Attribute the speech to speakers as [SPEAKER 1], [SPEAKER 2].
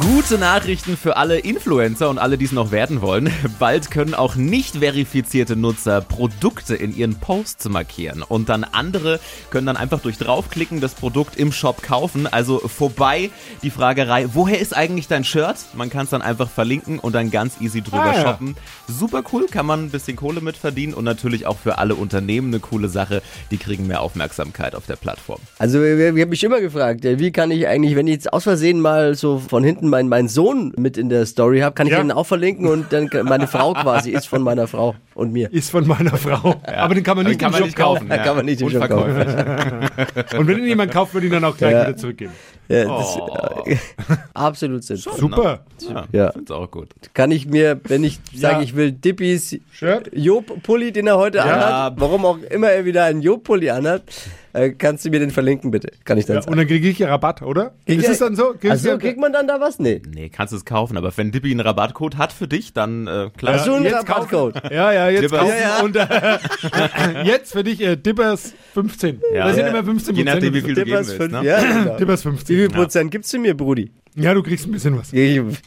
[SPEAKER 1] Gute Nachrichten für alle Influencer und alle, die es noch werden wollen. Bald können auch nicht verifizierte Nutzer Produkte in ihren Posts markieren. Und dann andere können dann einfach durch draufklicken das Produkt im Shop kaufen. Also vorbei die Fragerei, woher ist eigentlich dein Shirt? Man kann es dann einfach verlinken und dann ganz easy drüber
[SPEAKER 2] Ah, ja.
[SPEAKER 1] shoppen. Super cool, kann man ein bisschen Kohle mit verdienen und natürlich auch für alle Unternehmen eine coole Sache. Die kriegen mehr Aufmerksamkeit auf der Plattform.
[SPEAKER 2] Also ich habe mich immer gefragt, äh, wie kann ich eigentlich, wenn ich jetzt aus Versehen mal so von hinten meinen meinen Sohn mit in der Story habe, kann ich
[SPEAKER 3] Ja.
[SPEAKER 2] den auch verlinken und dann kann- meine Frau quasi ist von meiner Frau und mir.
[SPEAKER 3] Ist von meiner Frau. Aber den kann man
[SPEAKER 1] Also
[SPEAKER 3] nicht
[SPEAKER 1] kann
[SPEAKER 3] im
[SPEAKER 1] man
[SPEAKER 3] Shop
[SPEAKER 1] nicht kaufen.
[SPEAKER 2] Da kann man nicht im Shop kaufen.
[SPEAKER 1] Unverkäuflich.
[SPEAKER 3] kaufen. Und wenn ihn jemand kauft, wird ihn dann auch gleich
[SPEAKER 2] Ja.
[SPEAKER 3] wieder zurückgeben.
[SPEAKER 2] Ja, das, äh, absolut Sinn.
[SPEAKER 3] Super.
[SPEAKER 1] Ja,
[SPEAKER 2] Ja.
[SPEAKER 1] find's auch gut.
[SPEAKER 2] Kann ich mir, wenn ich sage,
[SPEAKER 3] Ja.
[SPEAKER 2] ich will Dippis
[SPEAKER 3] Shirt.
[SPEAKER 2] Job-Pulli, den er heute anhat, warum auch immer er wieder einen Job-Pulli anhat, äh, kannst du mir den verlinken bitte? Kann ich dann
[SPEAKER 3] Ja,
[SPEAKER 2] sagen.
[SPEAKER 3] und dann kriege ich ja Rabatt, oder?
[SPEAKER 2] Kriegt
[SPEAKER 3] ist
[SPEAKER 2] er-
[SPEAKER 3] es dann so? Kriegst
[SPEAKER 2] Genau. Also
[SPEAKER 3] du-
[SPEAKER 2] kriegt man dann da was? Nee.
[SPEAKER 1] Nee, kannst es kaufen, aber wenn Dippy einen Rabattcode hat für dich, dann äh, klar.
[SPEAKER 2] Ach so, ein
[SPEAKER 3] jetzt
[SPEAKER 2] Rabattcode.
[SPEAKER 3] Ja, ja, jetzt
[SPEAKER 1] Dippers.
[SPEAKER 3] kaufen.
[SPEAKER 1] Ja, ja.
[SPEAKER 3] Und äh, jetzt für dich äh, Dippers 15.
[SPEAKER 1] Ja.
[SPEAKER 3] Da sind
[SPEAKER 1] Ja.
[SPEAKER 3] immer 15
[SPEAKER 1] Je nachdem, wie viel du geben
[SPEAKER 2] Dippers
[SPEAKER 1] willst.
[SPEAKER 2] fünf-
[SPEAKER 1] ne?
[SPEAKER 2] ja, genau.
[SPEAKER 3] Dippers
[SPEAKER 2] Wie
[SPEAKER 3] 15.
[SPEAKER 2] viel Prozent gibst du mir, Brudi?
[SPEAKER 3] Ja, du kriegst ein bisschen was.
[SPEAKER 2] Ich-